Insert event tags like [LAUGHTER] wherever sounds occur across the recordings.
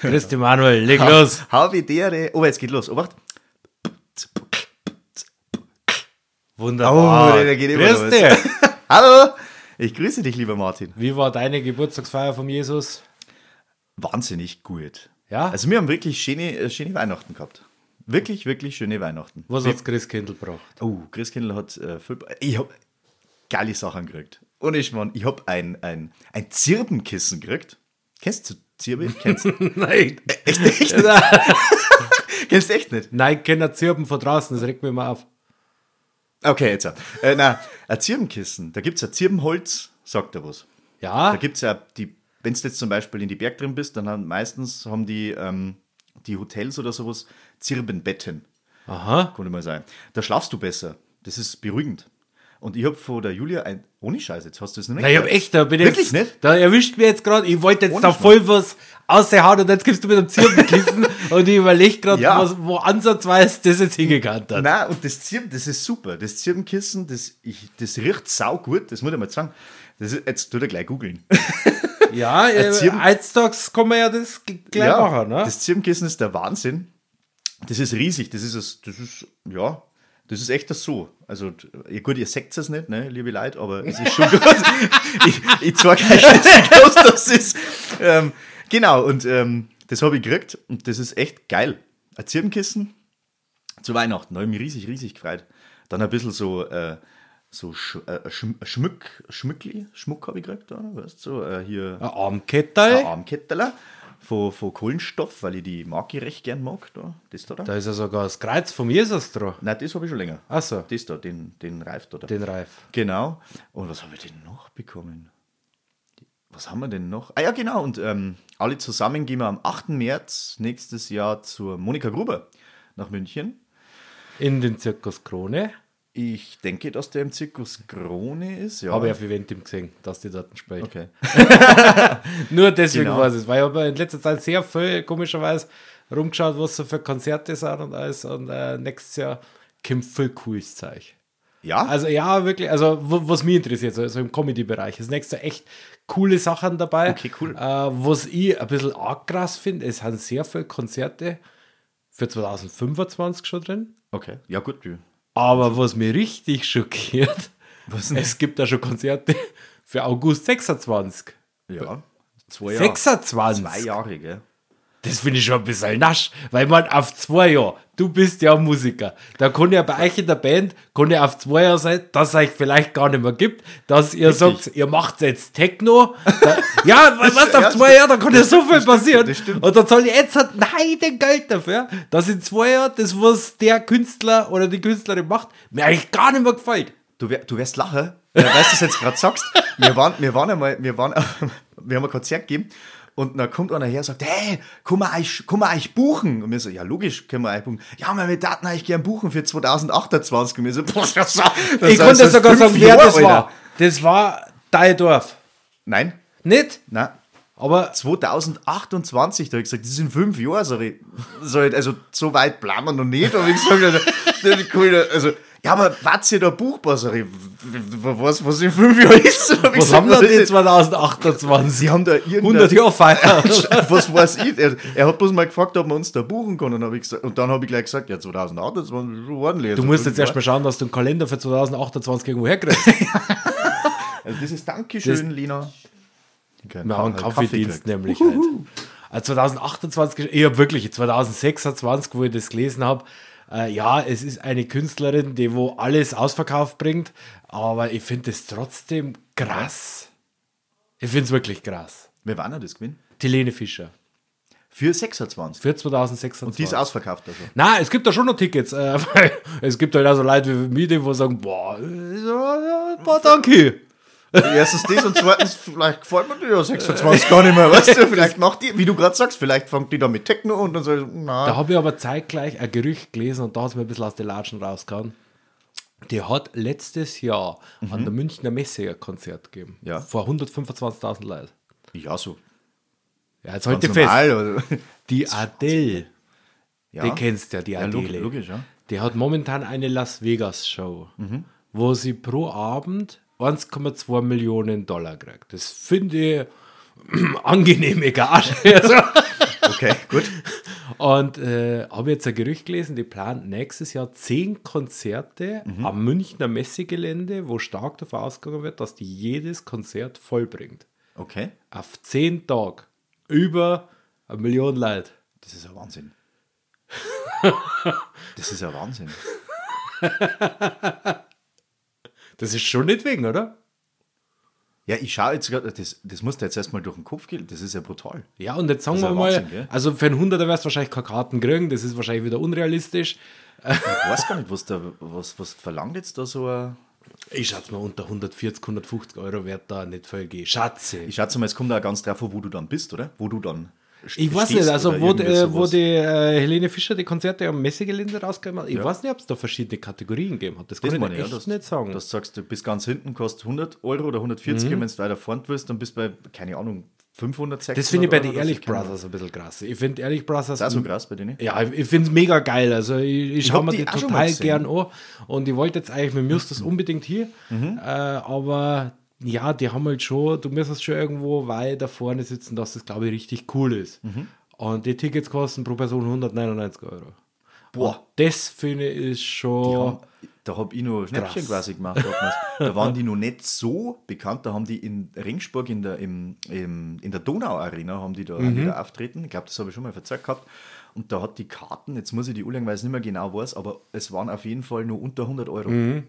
Grüß dich, Manuel, leg los. Habitere. Oh, jetzt geht los. Obacht. Wunderbar. Oh, der geht immer Grüß los. dich. Hallo. Ich grüße dich, lieber Martin. Wie war deine Geburtstagsfeier vom Jesus? Wahnsinnig gut. Ja? Also wir haben wirklich schöne, äh, schöne Weihnachten gehabt. Wirklich, wirklich schöne Weihnachten. Was hat's Christkindl [LAUGHS] gebracht? Oh, Chris Kindl hat äh, viel, ich hab geile Sachen gekriegt. Ohne Schmarrn, ich hab ein, ein, ein Zirbenkissen gekriegt. Kennst du [LAUGHS] Zirbe? Kennst, Nein. echt, echt nicht? [LAUGHS] Kennst du echt nicht? Nein, ich kenne Zirpen von draußen, das regt mich immer auf. Okay, jetzt. Äh, na, ein Zirbenkissen. Da gibt es ein Zirbenholz, sagt er was. Da Ja? gibt es ja die, wenn du jetzt zum Beispiel in die Berg drin bist, dann haben meistens haben die, ähm, die Hotels oder sowas Zirbenbetten. Aha. Konnte mal sein. Da schlafst du besser. Das ist beruhigend. Und ich habe vor der Julia ein. Ohne Scheiß, jetzt hast du es noch nicht. Na, ich hab gehört. echt, da bin ich Wirklich jetzt, nicht? Da erwischt mir jetzt gerade, ich wollte jetzt Ohne da Schmarrn. voll was aushauen und jetzt gibst du mir ein [LAUGHS] Zirbenkissen und ich überlege gerade, Ja. was- wo ansatzweise das jetzt hingekannt [LAUGHS] hat. Nein, und das Zirben, das ist super. Das Zirbenkissen, das, ich, das riecht saugut, das muss ich mal sagen. Das ist, jetzt tut er gleich googeln. Ja, Ein äh, Zirben- einstags kann man ja das g- gleich ja, machen, ne? Das Zirbenkissen ist der Wahnsinn. Das ist riesig. Das ist, es- das ist ja, das ist echt das so. Also, ja gut, ihr seht es nicht, ne, liebe Leute, aber es ist schon [LAUGHS] gut. ich ich zeige euch, jetzt, wie groß das ist. Ähm, genau, und ähm, das habe ich gekriegt und das ist echt geil. Ein Zirbenkissen zu Weihnachten. Da habe ich mich riesig, riesig gefreut. Dann ein bisschen so. Äh, so Sch äh, Schm Schmück, Schmückli, Schmuck habe ich gekriegt, oder? Weißt, du, so, äh, hier Ein Armkettel. ein Armketteler von, von Kohlenstoff, weil ich die Marke recht gern mag. Da, das da. da. Da Ah. ist ja sogar das Kreuz vom Jesus dran. Nein, das habe ich schon länger. Ach so. Das da, den, den Reif da. da. Den Reif. Genau. Und was habe ich denn noch bekommen? Was haben wir denn noch? Ah ja, genau. Und ähm, alle zusammen gehen wir am 8. März nächstes Jahr zur Monika Gruber nach München. In den Zirkus Krone. Ich denke, dass der im Zirkus Krone ist. Ja. Habe ich auf Eventim gesehen, dass die dort spielen. Okay. Nur deswegen Genau. weiß ich es, weil ich habe in letzter Zeit sehr viel, komischerweise, rumgeschaut, was so für Konzerte sind und alles. Und äh, nächstes Jahr kommt viel cooles Zeug. Ja. Also ja, wirklich, also wo- was mich interessiert, also im Comedy-Bereich, ist nächstes Jahr echt coole Sachen dabei. Okay, cool. Äh, was ich ein bisschen arg krass finde, es sind sehr viele Konzerte für 2025 schon drin. okay. Ja, gut. du. Aber was mich richtig schockiert, es gibt da schon Konzerte für August 26. Ja. Zwei Jahre. 26? Zwei Jahre, gell? Das finde ich schon ein bisschen nasch, weil man auf zwei Jahre, du bist ja ein Musiker, da kann ja bei euch in der Band, kann ja auf zwei Jahre sein, dass es euch vielleicht gar nicht mehr gibt, dass ihr sagt, ihr macht jetzt Techno. [LAUGHS] Da, ja, was auf ja, zwei Jahre, da kann ja so viel passieren. das stimmt. Und dann soll ich jetzt halt nein den Geld dafür, dass in zwei Jahren das, was der Künstler oder die Künstlerin macht, mir eigentlich gar nicht mehr gefällt. Du, wär, du wirst lachen, weil weißt du es jetzt gerade sagst. Wir waren, wir waren einmal, wir waren, [LAUGHS] wir haben ein Konzert gegeben und dann kommt einer her und sagt, hey, kann man euch, kann man euch buchen? Und wir so, ja logisch, können wir euch buchen. Ja, aber wir daten euch gern buchen für 2028. Und wir so, [LAUGHS] boah, das war, das ich war konnte seit sogar fünf sagen, wer Jahren, das Alter. war. Das war dein Dorf. Nein, Nicht? nein. Aber 2028, da habe ich gesagt, das sind fünf Jahre, sag ich, sag ich, also so weit planen wir noch nicht, aber ich gesagt, also, cool, also, ja, aber was ihr da buchbar, sag ich, w- w- was, was in fünf Jahren ist, hab ich Was gesagt, haben denn was die ist- 2028? [LAUGHS] Sie haben da irgendein 100 [LAUGHS] Jahre Feier. was weiß ich. Er, er hat bloß mal gefragt, ob man uns da buchen kann. Und, dann hab ich gesagt, und dann habe ich gleich gesagt, ja, 2008, das war schon ordentlich. also Du musst jetzt erstmal schauen, dass du einen Kalender für 2028 irgendwo herkriegst. Also das ist Dankeschön, Das- Lina. Okay, Wir [LAUGHS] haben einen Kaffee Kaffeedienst nämlich. gekriegt. Halt. Also 2028, ich habe wirklich 2026, wo ich das gelesen habe, äh, ja, es ist eine Künstlerin, die wo alles ausverkauft bringt, aber ich finde es trotzdem krass. Ich finde es wirklich krass. Wer war denn das Gewinn? Die Lene Fischer Für 26. für 2026. Die ist ausverkauft. Also. Na, es gibt da schon noch Tickets. Äh, [LAUGHS] weil es gibt halt auch so Leute wie mich, die wo sagen, boah, äh, ja, ja, boah, danke. Erstens das und zweitens, vielleicht gefällt mir die ja Äh. 26 gar nicht mehr. Weißt [LAUGHS] du, vielleicht macht die, wie du gerade sagst, vielleicht fängt die da mit Techno und dann so, Da na. habe ich aber zeitgleich ein Gerücht gelesen und da hat es mir ein bisschen aus den Latschen rausgehauen. Die hat letztes Jahr an der Münchner Messe ein Konzert gegeben. Ja. Vor 125.000 Leuten. Ja, so. Ja, jetzt heute ganz fest. normal, also. Die Adele, Ja. die kennst ja, die Ja, Adele. logisch, logisch, ja. Mhm. Die hat momentan eine Las Vegas Show, wo sie pro Abend 1,2 [CLEARS THROAT] [LAUGHS] Millionen Dollar kriegt. Das finde ich angenehm, egal. Also, Okay, gut. Und äh, habe jetzt ein Gerücht gelesen, die plant nächstes Jahr zehn Konzerte Mhm. am Münchner Messegelände, wo stark davon ausgegangen wird, dass die jedes Konzert vollbringt. Okay. Auf zehn Tage. Über eine Million Leute. Das ist ein Wahnsinn. Das ist ein Wahnsinn. Das ist schon nicht wegen, oder? Ja, ich schaue jetzt gerade, das, das muss dir jetzt erstmal durch den Kopf gehen. Das ist ja brutal. Ja, und jetzt sagen Das ist wir ja mal, Wahnsinn, gell? also für einen Hunderter wirst du wahrscheinlich keine Karten kriegen, das ist wahrscheinlich wieder unrealistisch. Ich weiß gar nicht, was, da, was, was verlangt jetzt da so ein. Ich schätze mal, unter 140, 150 Euro wird da nicht voll gehen. Schatze. Ich schätze mal, es kommt da ganz drauf an, wo du dann bist, oder? Wo du dann. st- Ich weiß stehst nicht, also oder wo, die- irgendwie äh, wo sowas. die äh, Helene Fischer die Konzerte am Messegelände rausgegeben hat, ich weiß nicht, ob es da verschiedene Kategorien gegeben hat. Das kann Das ich meine dir ich, echt ja, dass, nicht sagen. Mhm. dass du sagst, du bist ganz hinten, kostet 100 Euro oder 140, wenn du weiter vorn willst, dann bist du bei, keine Ahnung, 500, 600 das finde ich bei Euro den oder so, Ehrlich keine Ahnung. Brothers ein bisschen krass. Ich finde Ehrlich Brothers. Das ist auch so krass bei denen. ja, ich, ich finde es mega geil. Also ich, ich schaue hab mir die die, auch schon total mal gesehen. gern an. Und ich wollte jetzt eigentlich mit Justus unbedingt hier. Äh, aber ja, die haben halt schon, du müsstest schon irgendwo weit da vorne sitzen, dass das, glaube ich, richtig cool ist. Und die Tickets kosten pro Person 199 Euro. Boah. Und das finde ich schon. haben- Da habe ich noch Schnäppchen Krass. quasi gemacht. hat man's. Da waren die noch nicht so bekannt. Da haben die in Ringsburg in der, im, im, in der Donau-Arena haben die da Mhm. wieder auftreten. Ich glaube, das habe ich schon mal verzeiht gehabt. Und da hat die Karten, jetzt muss ich die Ulang, weil ich es nicht mehr genau weiß, aber es waren auf jeden Fall nur unter 100 Euro.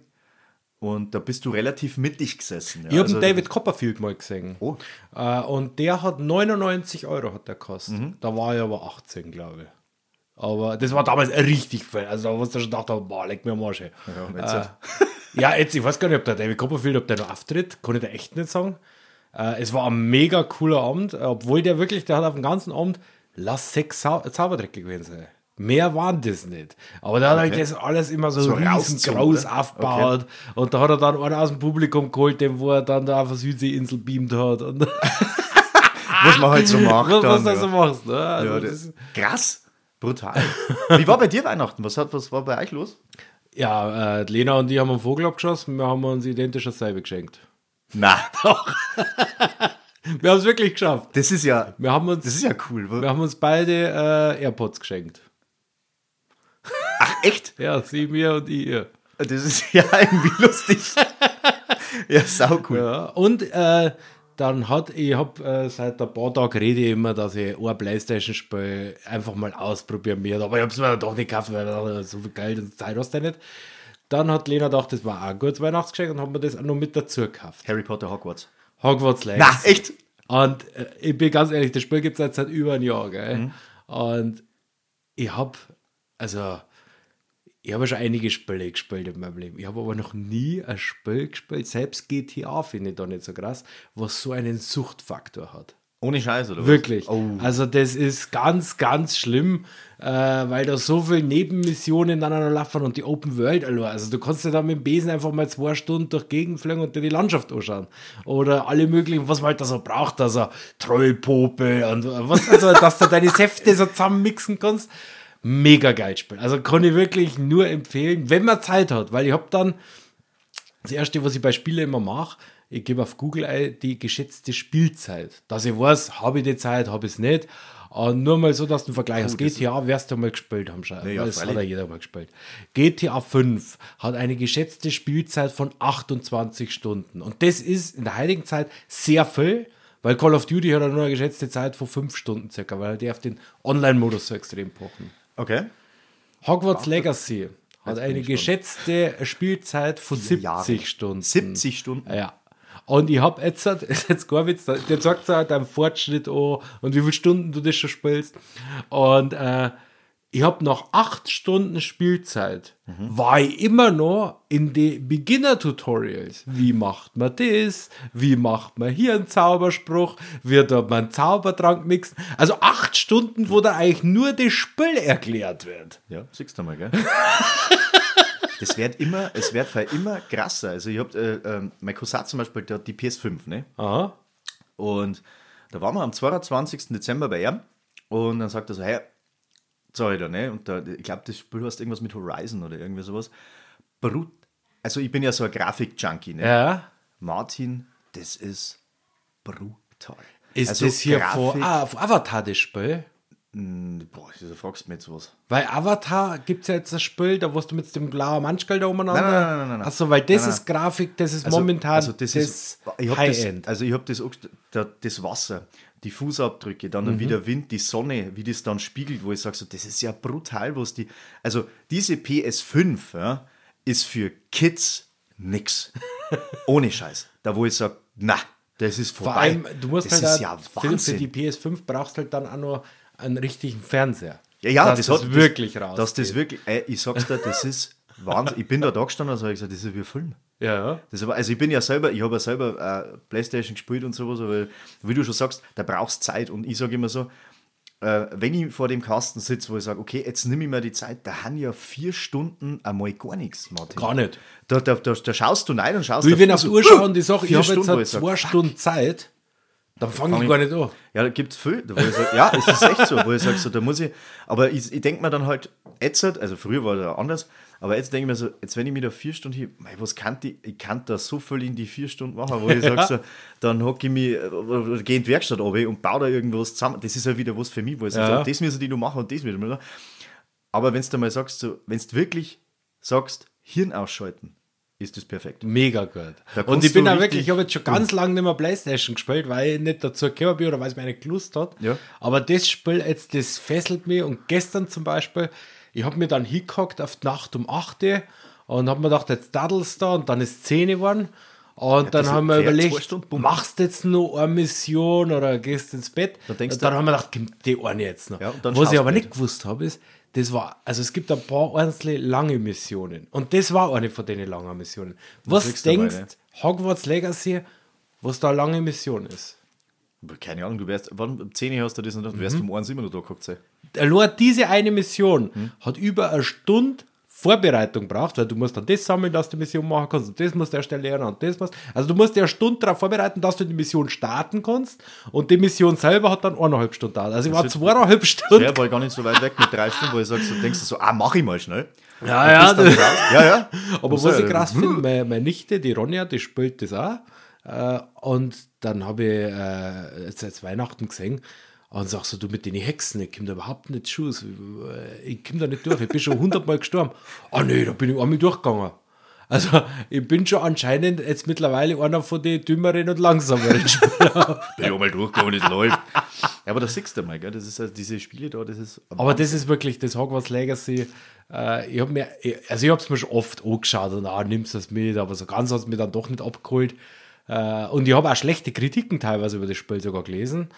Und da bist du relativ mittig gesessen. ja. Mhm. Ich habe Also, den David Copperfield mal gesehen. Oh. Äh, und der hat 99 Euro hat der kostet. Mhm. Da war ich aber 18, glaube ich. Aber das war damals richtig viel. Also da hast du schon gedacht, oh, boah, leck mir am Arsch. ey. Ja, und jetzt äh, halt. ja, jetzt, ich weiß gar nicht, ob der David Copperfield, ob der noch auftritt, kann ich dir echt nicht sagen. Äh, es war ein mega cooler Abend, äh, obwohl der wirklich, der hat auf dem ganzen Abend lass sechs Zau Zaubertricke gewesen sein. Mehr waren das nicht. Aber der hat halt das alles immer so, So rausgezogen, riesengroß oder? aufgebaut. Und da hat er dann einen aus dem Publikum geholt, den wo er dann da auf der Südseeinsel beamt hat. Und was man halt so macht. Ah. [LAUGHS] was, was dann, du ja. so machst. Ne? Also ja, das das, ist- krass. [LAUGHS] Brutal. Wie war bei dir Weihnachten? Was, hat, was war bei euch los? ja äh, die Lena und ich haben einen Vogel abgeschossen, wir haben uns identisch dasselbe geschenkt. [LAUGHS] Na, Wir haben es wirklich geschafft. [LAUGHS] das ist ja, Wir haben das uns, ist ja cool. wir haben uns beide äh, AirPods geschenkt. Ach, echt? Ja, sie mir und ich ihr. Das ist ja [LAUGHS] irgendwie lustig. ja, sau cool. Ja, und äh, dann hat, ich habe äh, seit ein paar Tagen rede ich immer, dass ich ein Playstation-Spiel einfach mal ausprobieren werde. Aber ich habe es mir dann doch nicht gekauft, weil äh, so viel Geld und Zeit hast du nicht. Dann hat Lena gedacht, das war auch ein gutes Weihnachtsgeschenk und haben mir das auch noch mit dazu gekauft. Harry Potter Hogwarts. Hogwarts Legacy. Na, echt? Und äh, ich bin ganz ehrlich, das Spiel gibt es jetzt seit über ein Jahr, gell? Und ich habe, also, ich habe schon einige Spiele gespielt in meinem Leben. Ich habe aber noch nie ein Spiel gespielt, selbst GTA finde ich da nicht so krass, was so einen Suchtfaktor hat. Ohne Scheiß, oder was? Wirklich. Oh. Also das ist ganz, ganz schlimm, äh, weil da so viele Nebenmissionen aneinander laufen und die Open World also, also du kannst ja da mit dem Besen einfach mal zwei Stunden durch die Gegend fliegen und dir die Landschaft anschauen. Oder alle möglichen, was man halt da so braucht, also Trollpope und was, also dass du deine Säfte so zusammenmixen kannst. Mega geil Spiel. Also kann ich wirklich nur empfehlen, wenn man Zeit hat, weil ich habe dann das erste, was ich bei Spielen immer mache, ich gebe auf Google ein, die geschätzte Spielzeit. Dass ich weiß, habe ich die Zeit, habe ich es nicht. Und nur mal so, dass du einen Vergleich hast. GTA wirst du mal gespielt haben, schon. ja, Weil das hat freilich. ja jeder mal gespielt. GTA 5 hat eine geschätzte Spielzeit von 28 Stunden. Und das ist in der heutigen Zeit sehr viel, weil Call of Duty hat ja nur eine geschätzte Zeit von 5 Stunden circa, weil die auf den Online-Modus so extrem pochen. Okay. Hogwarts Legacy hat eine geschätzte Spielzeit von 70 Jahre. Stunden. 70 Stunden. Ja. Und ich habe jetzt, [LAUGHS] ist jetzt gar Witz, der zeigt halt deinen Fortschritt an und wie viele Stunden du das schon spielst. Und äh, ich habe nach acht Stunden Spielzeit, Mhm. war ich immer noch in die Beginner-Tutorials. Wie macht man das? Wie macht man hier einen Zauberspruch? Wie darf man einen Zaubertrank mixen? Also acht Stunden, wo da eigentlich nur das Spiel erklärt wird. Ja, siehst du mal, gell? das wird immer, es wird für immer krasser. Also ich habe, äh, ähm, mein Cousin zum Beispiel, der hat die PS5, ne? Aha. Und da waren wir am 22. Dezember bei ihm und dann sagt er so, hey, sorry da, ne? Und da, ich glaube, das Spiel hast irgendwas mit Horizon oder irgendwie sowas. Brut also ich bin ja so ein Grafik-Junkie, ne? Ja. Martin, das ist brutal. Ist Also das hier Grafik- vor, ah, vor Avatar das Spiel? Hm, Boah, wieso fragst du mir jetzt was? Weil Avatar gibt es ja jetzt das Spiel, da wirst du mit dem blauen Manschgeld da umeinander. Nein, nein, nein, nein, nein, nein. Achso, weil das Nein, nein. ist Grafik, das ist momentan also das, ist, ich hab das, High-End. also ich habe das, auch gest- da- das Wasser, die Fußabdrücke, dann Mhm. wie der Wind, die Sonne, wie das dann spiegelt, wo ich sage, so, das ist ja brutal, was die, also diese PS5 ja, ist für Kids [LAUGHS] nix. Ohne Scheiß. Da wo ich sage, na, das ist vorbei. Vor allem, du musst halt das ist auch- ja für- Wahnsinn. für die PS5 brauchst halt dann auch nur einen richtigen Fernseher. Ja, ja, Dass das, hat, wirklich raus. Dass das wirklich, ey, ich sag's dir, das ist Wahnsinn. Ich bin da da gestanden und habe gesagt, das ist wie ein Film. ja, ja. Das aber, also ich bin ja selber, ich habe ja selber äh, Playstation gespielt und sowas, aber wie du schon sagst, da brauchst du Zeit. Und ich sage immer so, äh, wenn ich vor dem Kasten sitze, wo ich sage, okay, jetzt nimm ich mir die Zeit, da haben ja vier Stunden einmal gar nichts, Martin. Gar nicht. Da, da, da, da schaust du rein und schaust Du, ich da will viel auf die so, Uhr schauen und ich sage, ich Also, vier habe jetzt Stunden, wo halt ich zwei sag, Stunden Zeit, dann fange ich ich- gar nicht an. Ja, da gibt es viel. Wo ich sag, ja, es ist echt so, wo ich sage, so, da muss ich. Aber ich, ich denke mir dann halt, jetzt, halt, also früher war das anders, aber jetzt denke ich mir so, jetzt wenn ich mir da vier Stunden hier, mei, was kann die, ich kann da so viel in die vier Stunden machen, wo ich sage, so, dann hocke ich mich, äh, gehe in die Werkstatt runter und baue da irgendwas zusammen. Das ist ja wieder was für mich, wo ich sage, Ja. so, das müssen die noch machen und das wieder. machen. Aber wenn du mal sagst, so, wenn du wirklich sagst, Hirn ausschalten, ist das perfekt. Mega gut. Da Und kannst ich bin du auch wirklich, richtig- ich habe jetzt schon ganz lange nicht mehr Playstation gespielt, weil ich nicht dazu gekommen bin oder weil es mir nicht gelust hat. Ja. Aber das Spiel jetzt, das fesselt mich. Und gestern zum Beispiel, ich habe mir dann hingehockt auf die Nacht um 8 Uhr und habe mir gedacht, jetzt daddelst da und dann ist 10 Uhr geworden. Und dann das haben wir wäre zwei überlegt, Stunden Pumpe. machst jetzt noch eine Mission oder gehst ins Bett. Dann denkst und du- dann haben wir gedacht, komm, die eine jetzt noch. Ja, und dann Was ich schaust aber du nicht gewusst habe, ist, das war, also es gibt ein paar einzelne lange Missionen. Und das war eine von den langen Missionen. Was kriegst du dabei, denkst Hogwarts Legacy, was da eine lange Mission ist? Keine Ahnung, du wärst, wann um 10 Uhr hast du das und dann wärst du um 1 immer noch da gehockt sein. Allein diese eine Mission hat über eine Stunde Vorbereitung braucht, weil du musst dann das sammeln, dass du die Mission machen kannst und das musst du erst lernen und das musst. Also du musst dir eine Stunde darauf vorbereiten, dass du die Mission starten kannst und die Mission selber hat dann eineinhalb Stunden dauert. Also ich war ist- zweieinhalb Stunden. Ja, war gar nicht so weit weg mit drei Stunden, wo ich sag, so, denkst du so, ah, mach ich mal schnell. Ja, Und ja, bist dann das- raus. [LAUGHS] ja, ja. Aber Und was so, ich krass hm, finde, meine, meine Nichte, die Ronja, die spielt das auch. Äh, und dann habe ich äh, jetzt seit Weihnachten gesehen und sag so, du mit den Hexen, ich komme da überhaupt nicht schuss. Ich komme da nicht durch, ich bin schon hundertmal gestorben. [LAUGHS] Ah nee, da bin ich einmal durchgegangen. Also ich bin schon anscheinend jetzt mittlerweile einer von den dümmeren und langsameren Spielern. Bin ja mal durchgekommen, das läuft. Ja, aber das siehst du mal, gell? Das ist also diese Spiele da, das ist. Aber das ist wirklich das Hogwarts Legacy. Äh, ich habe mir, ich- also ich habe es mir schon oft angeschaut und ah, nimmst du das mit, aber so ganz hat es mir dann doch nicht abgeholt. Äh, und ich habe auch schlechte Kritiken teilweise über das Spiel sogar gelesen.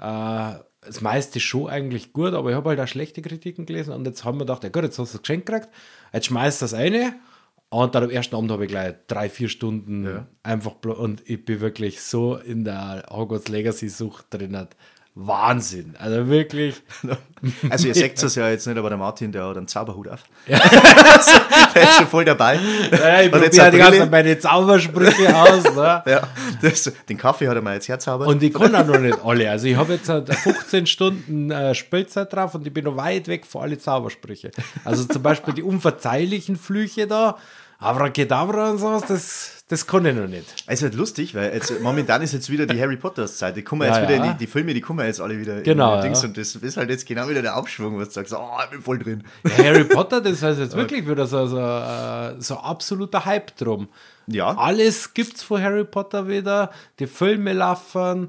Äh, das meiste schon eigentlich gut, aber ich habe halt auch schlechte Kritiken gelesen und jetzt haben wir gedacht, ja gut, jetzt hast du das Geschenk gekriegt, jetzt schmeißt das eine. Und dann am ersten Abend habe ich gleich drei, vier Stunden einfach blo- und ich bin wirklich so in der Hogwarts Legacy-Sucht drin. Wahnsinn. Also wirklich. [LAUGHS] Also, ihr seht es ja jetzt nicht, aber der Martin, der hat einen Zauberhut auf. [LAUGHS] der ist schon voll dabei. Ja, ich Und jetzt probiere eine die ganze Brille. Zeit meine Zaubersprüche aus. Ne? Ja, das, den Kaffee hat er mir jetzt herzaubert. Und ich kann auch noch nicht alle. Also ich habe jetzt halt 15 Stunden äh, Spielzeit drauf und ich bin noch weit weg vor alle Zaubersprüche. Also zum Beispiel die unverzeihlichen Flüche da, Abracadabra und sowas, das, das kann ich noch nicht. Es wird lustig, weil jetzt, momentan ist jetzt wieder die Harry Potters Zeit. Die kommen Ja, jetzt wieder in ja. die, die Filme, die kommen jetzt alle wieder Genau, in die Dings ja. und das ist halt jetzt genau wieder der Aufschwung, wo du sagst, oh, ich bin voll drin. Harry Potter, das heißt jetzt wirklich wieder so, so, äh, so absoluter Hype drum. Ja. Alles gibt's von Harry Potter wieder, die Filme laufen,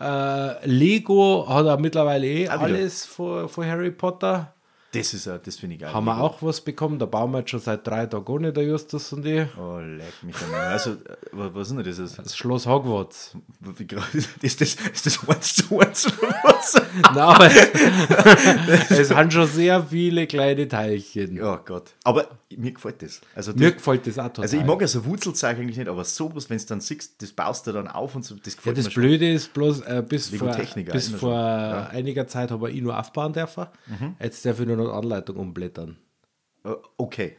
äh, Lego hat er mittlerweile eh wieder. alles von, von Harry Potter. Das ist ja, das finde ich geil. Haben wir auch was bekommen, da bauen wir jetzt schon seit drei Tagen ohne, der Justus und ich. Oh, leck mich am Arsch. Also, äh, wa- was ist denn das? Ist Das Schloss Hogwarts. [LAUGHS] wie groß- ist [LAUGHS] das, ist das eins zu eins oder was? Nein, aber es sind schon sehr viele kleine Teilchen. Ja, Oh Gott. Aber mir gefällt das. Also, das Mir gefällt das auch total. also ich mag ja so Wurzelzeug eigentlich nicht, aber sowas, wenn es dann siehst, das baust du dann auf und so, das ja, gefällt das mir schon. Blöde ist bloß, äh, bis Wegen vor, Techniker, bis immer vor schon. Mhm. einiger Zeit habe ich eh nur aufbauen dürfen. Jetzt darf ich nur noch die Anleitung umblättern. Äh, Okay.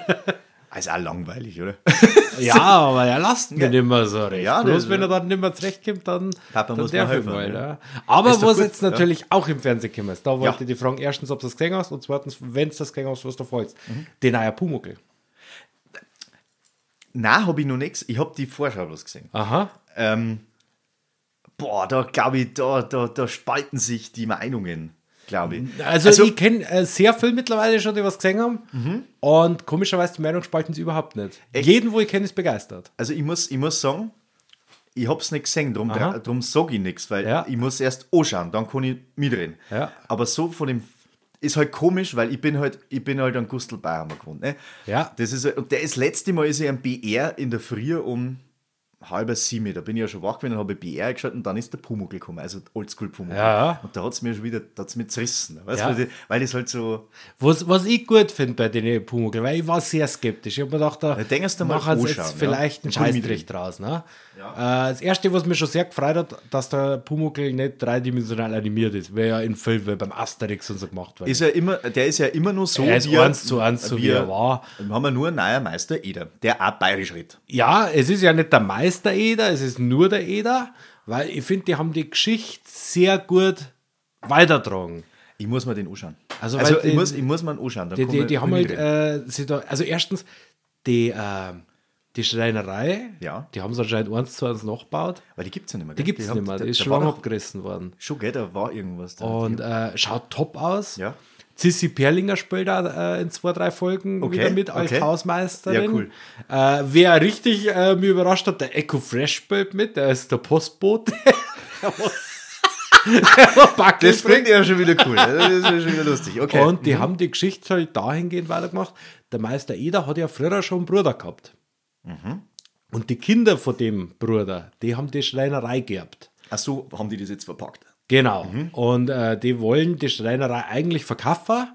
[LAUGHS] also auch langweilig, oder? Ja, aber er lasst mir nicht mehr so recht. Ja, Bloß das- wenn er dann nicht mehr zurechtkommt, dann, Papa dann muss darf mir ich helfen, mal. ja. Ja. Aber Ist doch was gut, jetzt ja. natürlich auch im Fernsehen gekommen ist, da wollte Ja. ich die fragen, erstens, ob du das gesehen hast und zweitens, wenn du das gesehen hast, was du freust. Mhm. Den Eier Pumuckl. Nein, habe ich noch nichts. Ich habe die Vorschau bloß gesehen. Aha. Ähm, boah, da glaube ich, da, da, da spalten sich die Meinungen. glaube ich. Also, ich kenne äh, sehr viel mittlerweile schon, die was gesehen haben. Mhm. Und komischerweise die Meinung spalten sie überhaupt nicht. Jeden, wo ich kenne, ist begeistert. Also ich muss, ich muss sagen, ich hab's nicht gesehen, drum, Aha. drum sag ich nichts, weil Ja. ich muss erst anschauen, dann kann ich mitreden. Ja. Aber so von dem ist halt komisch, weil ich bin halt, ich bin halt an Gustl Bayermann gewohnt. Ne? Ja. Das ist, halt- und der ist letzte Mal ist ich am BR in der Früh um halber sieben. Da bin ich ja schon wach gewesen, habe BR geschaut und dann ist der Pumuckl gekommen, also Oldschool Pumuckl. Ja. Und da hat's mir schon wieder, da hat's mir zerrissen. Weißt Ja. du, weil das halt so. Was, was ich gut finde bei den Pumuckl, weil ich war sehr skeptisch. Ich habe mir gedacht, da Ja, denkst du mal machen sie jetzt anschauen, ja. vielleicht einen Dann kann ich Scheißdreck mitreden. draus. Ne? Äh, das Erste, was mich schon sehr gefreut hat, dass der Pumuckl nicht dreidimensional animiert ist, wäre ja in Film wie beim Asterix und so gemacht worden. Ist ja immer, der ist ja immer nur so, Er ist eins zu eins, so wie er war. Dann haben wir nur einen neuen Meister Eder, der auch bayerisch redet. ja, es ist ja nicht der Meister-Eder, es ist nur der Eder, weil ich finde, die haben die Geschichte sehr gut weitertragen. Ich muss mir den anschauen. Also, Also, weil ich, den- muss, ich muss mir den anschauen. dann Die, kann die, man- die kann haben ich halt, mitreden. äh, sie da, also erstens, die, äh, die Schreinerei, Ja. die haben sie anscheinend eins zu eins nachgebaut. Weil die gibt es ja nicht mehr. Die gibt es nicht mehr, die ist schon lange schwanger. abgerissen worden. Schon, gell, da war irgendwas. Da Und äh, schaut top aus. Ja. Sissi Perlinger spielt da äh, in zwei, drei Folgen Okay, wieder mit als okay. Hausmeisterin. Ja, cool. Äh, wer richtig äh, mich überrascht hat, der Echo Fresh spielt mit, der ist der Postbote. [LAUGHS] der [LAUGHS] war Backel das finde ich ja schon wieder cool. [LAUGHS] Das ist ja schon wieder lustig. Okay. Und die haben die Geschichte halt dahingehend weitergemacht. Der Meister Eder hat ja früher schon einen Bruder gehabt. Mhm. Und die Kinder von dem Bruder, die haben die Schreinerei geerbt. Ach so, haben die das jetzt verpackt? Genau. Und äh, die wollen die Schreinerei eigentlich verkaufen.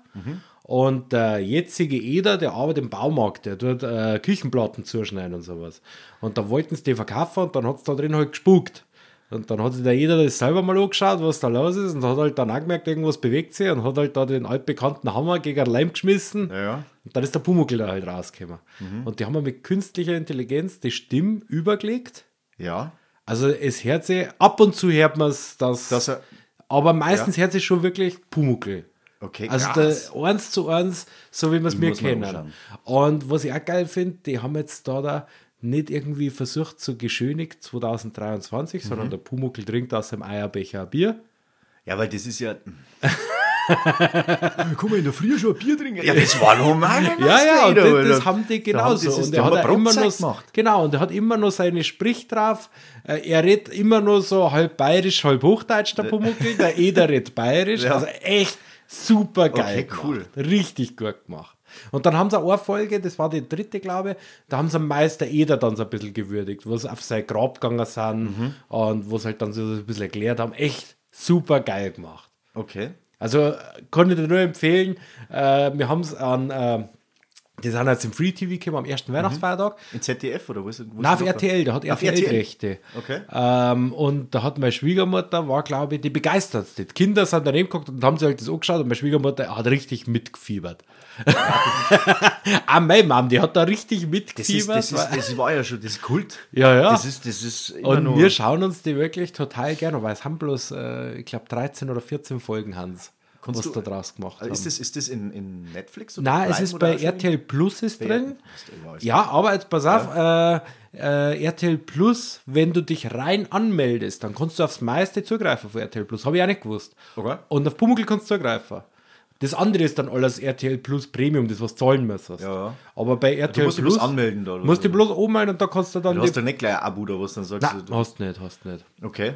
Und der jetzige Eder, der arbeitet im Baumarkt, der tut äh, Küchenplatten zuschneiden und sowas. Und da wollten sie die verkaufen und dann hat es da drin halt gespukt. Und dann hat sich der Eder das selber mal angeschaut, was da los ist und hat halt dann angemerkt, irgendwas bewegt sich und hat halt da den altbekannten Hammer gegen einen Leim geschmissen. Ja, ja. Und dann ist der Pumuckl da halt rausgekommen. Und die haben wir mit künstlicher Intelligenz die Stimme übergelegt. Ja. Also es hört sich, ab und zu hört man es, dass, Dass er- aber meistens hört sich schon wirklich Pumuckl. Okay, Also krass. der, eins zu eins, so wie wir es mir muss man kennen. anschauen. Und was ich auch geil finde, die haben jetzt da, da nicht irgendwie versucht zu geschönigt 2023, Mhm. sondern der Pumuckl trinkt aus dem Eierbecher ein Bier. Ja, weil [LAUGHS] das ist ja. Guck mal, in der Früh schon ein Bier trinken. Ja, das war normal. Ja, ja, und das, das Alter. haben die Da haben die genauso. das- und da er haben hat wir auch immer Brotzeit noch, gemacht. genau, und er hat immer noch seine Sprich drauf. Äh, Er redet immer nur so halb bayerisch, halb hochdeutsch, der Pumuckl. Der Eder redet bayerisch. [LAUGHS] Ja. Also echt super geil. Okay, cool. Gemacht. Richtig gut gemacht. Und dann haben sie eine Folge, das war die dritte, glaube ich, da haben sie den Meister Eder dann so ein bisschen gewürdigt, wo sie auf sein Grab gegangen sind Mhm. und wo sie halt dann so ein bisschen erklärt haben. Echt super geil gemacht. Okay. Also äh, kann ich dir nur empfehlen. Äh, wir haben es an, äh, die sind jetzt im Free TV gekommen am ersten Weihnachtsfeiertag. In ZDF oder wo ist wo Na, ist auf das da? RTL, da hat Mhm. Auf RTL, Rechte. Okay. Ähm, und da hat meine Schwiegermutter, war glaube ich, die begeistertste. Die Kinder sind daneben geguckt und haben sich halt das angeschaut und meine Schwiegermutter hat richtig mitgefiebert. [LAUGHS] ah, meine Mom, die hat da richtig Das, ist, mitgefiebert. das, ist, das war ja schon das Kult. Ja, ja. Das ist, das ist immer und noch- wir schauen uns die wirklich total gerne, an, weil es haben bloß, äh, ich glaube, 13 oder 14 Folgen, Hans, Kannst was du- da draus gemacht haben. Ist das, ist das in, in Netflix? oder Nein, es Prime ist oder bei so? RTL Plus ist drin. ist egal, ist Ja, aber jetzt pass auf, äh, äh, RTL Plus, wenn du dich rein anmeldest, dann kannst du aufs meiste zugreifen von RTL Plus. Habe ich auch nicht gewusst. Okay. Und auf Pumuckl kannst du zugreifen. Das andere ist dann alles RTL Plus Premium, das was zahlen müsstest. Ja, ja. Aber bei RTL musst dich Plus bloß anmelden da, oder musst du so. dich bloß anmelden und da kannst du dann Du die- hast doch nicht gleich ein Abo da, was dann sagst Nein, du. hast nicht, hast nicht. Okay.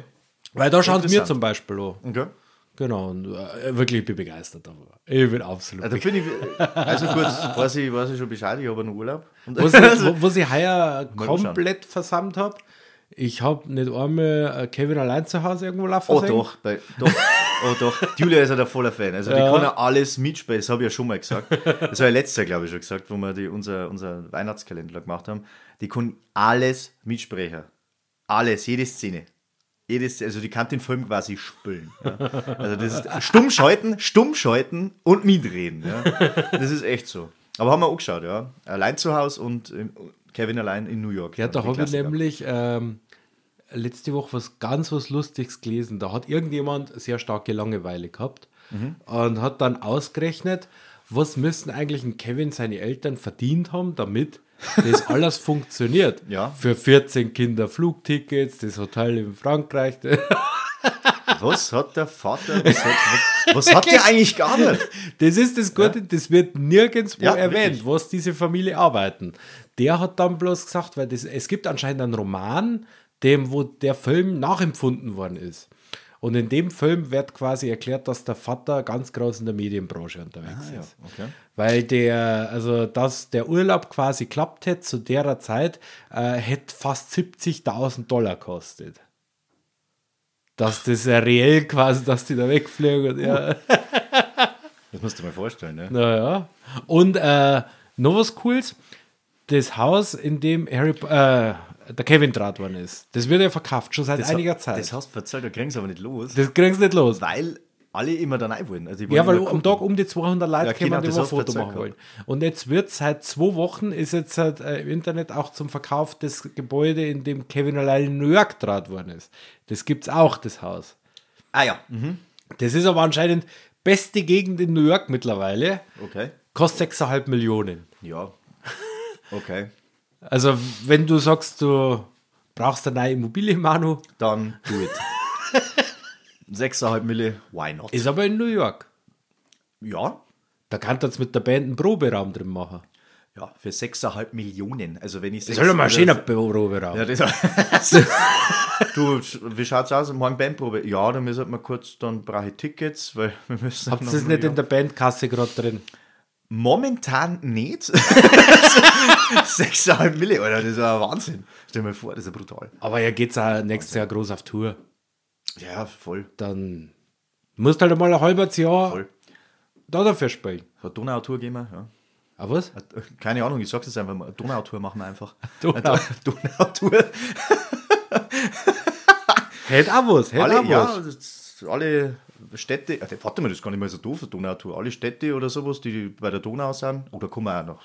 Weil da schauen sie mir Interessant. zum Beispiel an. okay. Genau, und äh, wirklich ich bin begeistert davon. Ich bin absolut Ja, da bin ich, also gut, weiß ich, weiß ich schon Bescheid, ich habe einen Urlaub. Und [LAUGHS] Was ich, wo- was ich heuer umschauen. komplett versammelt habe, ich habe nicht einmal äh, Kevin allein zu Hause irgendwo laufen oh sehen. doch, bei, doch, oh doch. Julia ist ja der voller Fan. Also die kann ja alles mitspielen, das habe ich ja schon mal gesagt. Das habe ich letztes Jahr, glaube ich, schon gesagt, wo wir die, unser, unser Weihnachtskalender gemacht haben. Die kann alles mitsprechen. Alles, jede Szene. Jedes, also die kann den Film quasi spülen. Ja. Also das ist stumm schalten, stumm schalten und mitreden. Ja. Das ist echt so. Aber haben wir auch geschaut, ja. Allein zu Hause und ähm, Kevin allein in New York. Ja, da Die habe ich Klassiker. nämlich ähm, letzte Woche was ganz was Lustiges gelesen. Da hat irgendjemand sehr starke Langeweile gehabt Mhm. und hat dann ausgerechnet, was müssen eigentlich ein Kevin seine Eltern verdient haben, damit [LAUGHS] das alles funktioniert. Ja. Für 14 Kinder Flugtickets, das Hotel in Frankreich. [LAUGHS] Was hat der Vater? Was hat, was, was hat der eigentlich gearbeitet? Das ist das Gute, das wird nirgendwo Ja, erwähnt, wirklich. was diese Familie arbeiten. Der hat dann bloß gesagt, weil das, es gibt anscheinend einen Roman, dem, wo der Film nachempfunden worden ist. Und in dem Film wird quasi erklärt, dass der Vater ganz groß in der Medienbranche unterwegs Ah, ja, ist. okay. Weil der, also dass der Urlaub quasi klappt hätte zu derer Zeit, äh, hätte fast 70.000 Dollar kostet. Dass das ja reell quasi, dass die da wegfliegen. Und, ja. Das musst du dir mal vorstellen, ne? Naja. Und äh, noch was Cooles: Das Haus, in dem Harry, äh, der Kevin draht worden ist, das wird ja verkauft, schon seit einiger Zeit. Das Das, hast du verzählt, da kriegen sie aber nicht los. kriegst du nicht los. weil alle immer da rein wollen. Also die Ja, wollen weil immer am gucken. Tag um die 200 Leute Ja, kämen, genau, die das ein hast du Foto erzählt machen gehabt. wollen. Und jetzt wird seit zwei Wochen, ist jetzt halt, äh, im Internet auch zum Verkauf das Gebäude, in dem Kevin allein in New York draht worden ist. Das gibt es auch, das Haus. Ah ja. Das ist aber anscheinend beste Gegend in New York mittlerweile. Okay. Kostet 6,5 Millionen. Ja. Okay. Also, wenn du sagst, du brauchst eine neue Immobilie, Manu, Dann do it. [LAUGHS] 6,5 Mille, why not? ist aber in New York. ja. Da kann das mit der Band einen Proberaum drin machen. Ja, für 6,5 Millionen. Also wenn ich Das sechs- ist halt mal ein also- schöner Proberaum. Ja, das [LAUGHS] Du, sch- wie schaut's aus? Morgen Bandprobe. Ja, dann müssen wir kurz, dann brauche ich Tickets, weil wir müssen. Habt ihr noch das mal- nicht ja. in der Bandkasse gerade drin? Momentan [LAUGHS] nicht. 6,5 Mille, Alter, das ist ja Wahnsinn. Stell dir mal vor, das ist ja brutal. Aber ja, geht's auch nächstes Jahr groß auf Tour. Ja, voll. Dann musst halt mal ein halbes Jahr Voll. da dafür spielen. Hat Donautour gehen wir, ja. Ah, was? Keine Ahnung, ich sag's jetzt einfach mal. Donautour machen wir [LAUGHS] einfach. Donau- Donautour. Hätte auch was, hätte auch Alle, was. ja, das- alle Städte, ah, warte mal, das ist gar nicht mal so doof, Donautour. Alle Städte oder sowas, die bei der Donau sind, oder kommen auch nach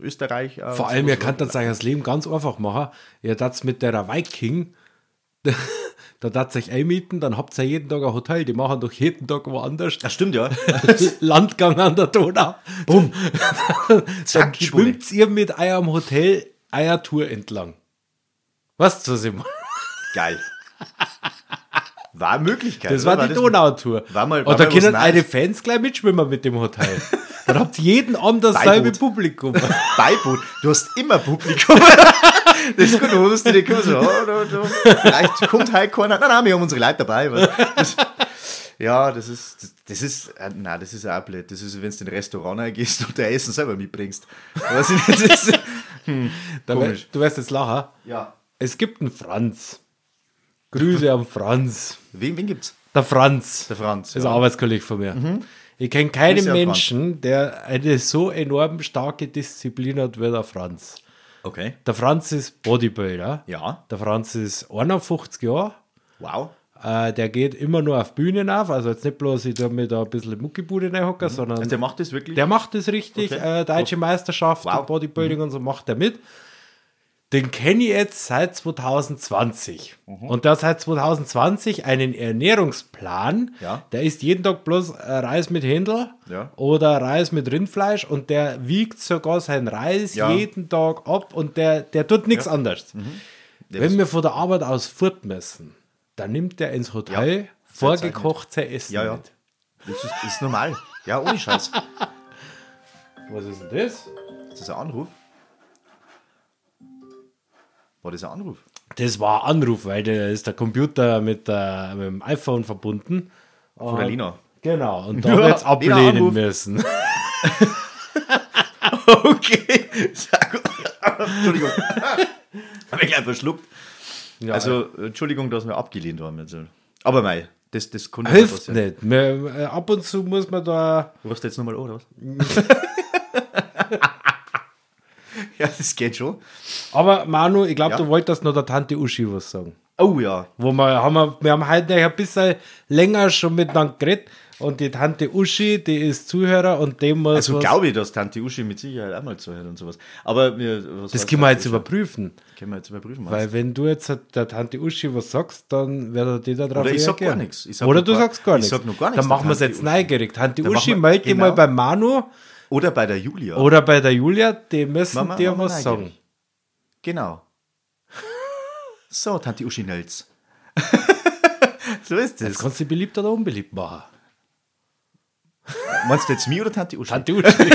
Österreich. auch Vor und allem, sowas. ihr könnt dann euch das Leben ganz einfach machen. Ihr tat mit der Viking, [LAUGHS] da tat euch einmieten, dann habt ihr jeden Tag ein Hotel. Die machen doch jeden Tag woanders. Ja, stimmt, [LAUGHS] ja. [LAUGHS] Landgang an der Donau. Bumm. [LAUGHS] dann Zack, die Bude. schwimmt ihr mit eurem Hotel eurer Tour entlang. Weißt du, was ich meine? Geil. War eine Möglichkeit. Das oder? war die Donautour. war mal- war Und da mal was können Neues. eure Fans gleich mitschwimmen mit dem [LAUGHS] Hotel. Dann habt ihr jeden Abend dasselbe Beiboot. Publikum. [LAUGHS] Beiboot. Du hast immer Publikum. [LAUGHS] Das ist gut, du musst dir nicht kümmern. So, oh, no, no. Vielleicht kommt halt keiner. Nein, nein, wir haben unsere Leute dabei. weil Das, ja, das ist, das, das ist, äh, nein, das ist auch blöd. Das ist, wenn du in ein Restaurant reingehst und dein Essen selber mitbringst. Weiß ich nicht, [LAUGHS] das ist, Da wär- Komisch. Du wirst jetzt lachen. ja. Es gibt einen Franz. Grüße am Franz. Wen, wen gibt's? Der Franz. Der Franz. Mhm. Das ist ein Arbeitskollege von mir. Ich kenne keinen Grüße an Menschen, der eine so enorm starke Disziplin hat wie der Franz. Okay. Der Franz ist Bodybuilder. Ja. Der Franz ist 51 Jahre. Wow. Äh, der geht immer nur auf Bühnen auf. Also jetzt nicht bloß, ich tue mir da ein bisschen in die Muckibude reinhocken, sondern Also der macht das wirklich? der macht das richtig, Okay. Oh. äh, Deutsche Meisterschaft, Wow. Mhm. und Bodybuilding und so macht er mit. Den kenne ich jetzt seit 2020. Mhm. Und der hat seit 2020 einen Ernährungsplan. Ja. Der isst jeden Tag bloß äh, Reis mit Händel Ja. oder Reis mit Rindfleisch und der wiegt sogar seinen Reis Ja. Mhm. jeden Tag ab und der, der tut nichts anderes. Ja, das- Wenn wir von der Arbeit aus fort müssen, dann nimmt der ins Hotel vorgekocht sein Essen ja, ja. mit. Das ist, das ist normal. Ja, ohne Scheiß. Was ist denn das? Ist das ein Anruf? War das ein Anruf? Das war ein Anruf, weil da ist der Computer mit, der, mit dem iPhone verbunden. Von der Lina. Genau, und da [LAUGHS] Ja, wird's wieder ablehnen Anruf. [LAUGHS] müssen. Okay. Sehr gut. Entschuldigung. Habe ich gleich verschluckt. Ja, also, Entschuldigung, dass wir abgelehnt haben. Jetzt. also. Aber mei, das, das konnte hilft nicht. Man, äh, ab und zu muss man da. Du rufst jetzt nochmal an, oder [LAUGHS] was? ja, das geht schon. Aber Manu, ich glaube, Ja. du wolltest noch der Tante Uschi was sagen. Oh ja. Wo wir haben, wir, wir haben heute ein bisschen länger schon miteinander geredet und die Tante Uschi, die ist Zuhörer und dem muss. Also was- glaube ich, dass Tante Uschi mit Sicherheit auch mal zuhört und sowas. Aber wir, was das weiß können wir Tante jetzt überprüfen. Uschi? Können wir jetzt überprüfen. meinst Weil wenn du jetzt der Tante Uschi was sagst, dann wird er dir da drauf Oder ich sag reagieren. gar nichts. Ich sag Oder noch du gar- sagst gar ich nichts. sag noch gar nichts Dann machen wir es der jetzt Tante Uschi. neugierig. Tante Dann Uschi, machen wir- melde dich mal genau. bei Manu du? Oder bei der Julia. oder bei der Julia, die müssen Mama, dir Mama was neugierig. sagen. [LAUGHS] Genau. So, Tante Uschi Nölz. [LAUGHS] so ist Jetzt das. kannst du dich beliebt oder unbeliebt machen. Meinst du jetzt mich oder Oh, Tante Uschi? Tante [LAUGHS] Uschi.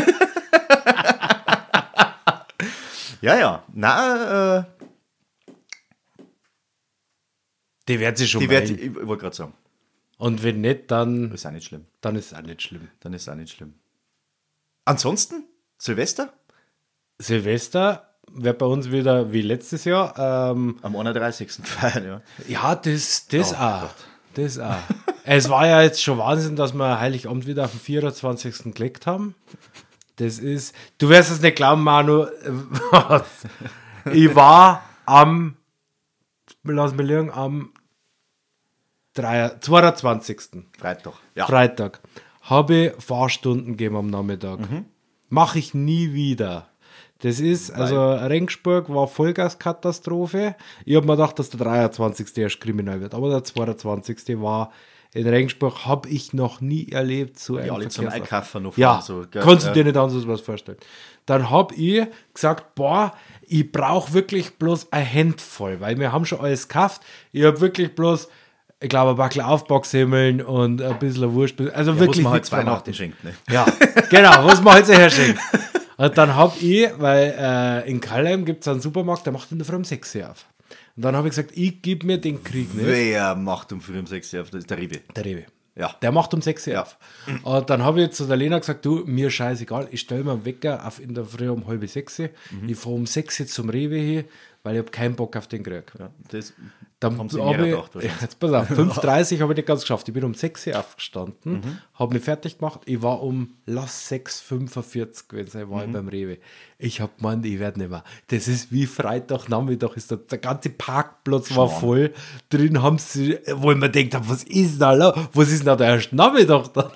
Ja, ja. Na, äh, Die wird sie schon die werd, meinen. ich, ich wollte gerade sagen, Und wenn nicht, dann, ist auch nicht schlimm. dann ist es auch nicht schlimm. Dann ist auch nicht schlimm. Ansonsten, Silvester Silvester wird bei uns wieder wie letztes Jahr. Ähm, am 31. [LAUGHS] feiern, ja. ja, das, das Oh auch. Das auch. [LAUGHS] es war ja jetzt schon Wahnsinn, dass wir Heiligabend wieder auf den 24. gelegt haben. Das ist. Du wirst es nicht glauben, Manu. [LAUGHS] ich war am. Lass mich lügen, am 3, 22. Freitag. Ja. Freitag. Habe Fahrstunden gegeben am Nachmittag. Mhm. Mache ich nie wieder. Das ist, also Regensburg war Vollgaskatastrophe. Ich habe mir gedacht, dass der 23. erst kriminell wird. Aber der 22. war in Regensburg, habe ich noch nie erlebt. So ein Die alle zum Verkehrsauf- Einkaufen noch ja, fahren, so, gell? kannst du Ja. dir nicht anders was vorstellen. Dann habe ich gesagt, boah, ich brauche wirklich bloß eine Handvoll, weil wir haben schon alles gekauft. Ich habe wirklich bloß, ich glaube, ein Backel Aufbackshimmeln und ein bisschen eine Wurst. Also Ja, wirklich muss man halt nichts Weihnachten Dramatisches. schenkt, ne? Ja, genau, was man halt so [LAUGHS] herschenkt. Und dann hab ich, weil äh, in Kalheim gibt es einen Supermarkt, der macht in der Früh um 6 Uhr auf. Und dann habe ich gesagt, ich gebe mir den Krieg nicht. Wer macht um früh um 6 Uhr auf? Das ist der Rewe. Der Rewe. Ja. Der macht um 6 Uhr Ja. auf. Und dann habe ich zu der Lena gesagt, du, mir scheißegal, ich stelle mir einen Wecker auf in der Früh um halb sechs. Mhm. Ich fahre um sechs Uhr zum Rewe hin, weil ich habe keinen Bock auf den Krieg. Ja, das Dann haben sie hab mehr ich- gedacht. wahrscheinlich. Jetzt pass auf, 5.30 habe ich nicht ganz geschafft. Ich bin um 6 Uhr aufgestanden, habe mich fertig gemacht. Ich war um lass 6.45 gewesen sein, war ich beim Rewe. Ich habe gemeint, ich werde nicht mehr. Das ist wie Freitagnachmittag, ist der, der ganze Parkplatz war voll. Drin haben sie, wo ich mir denkt hab, was ist denn da los? Was ist denn da der erste Nachmittag da?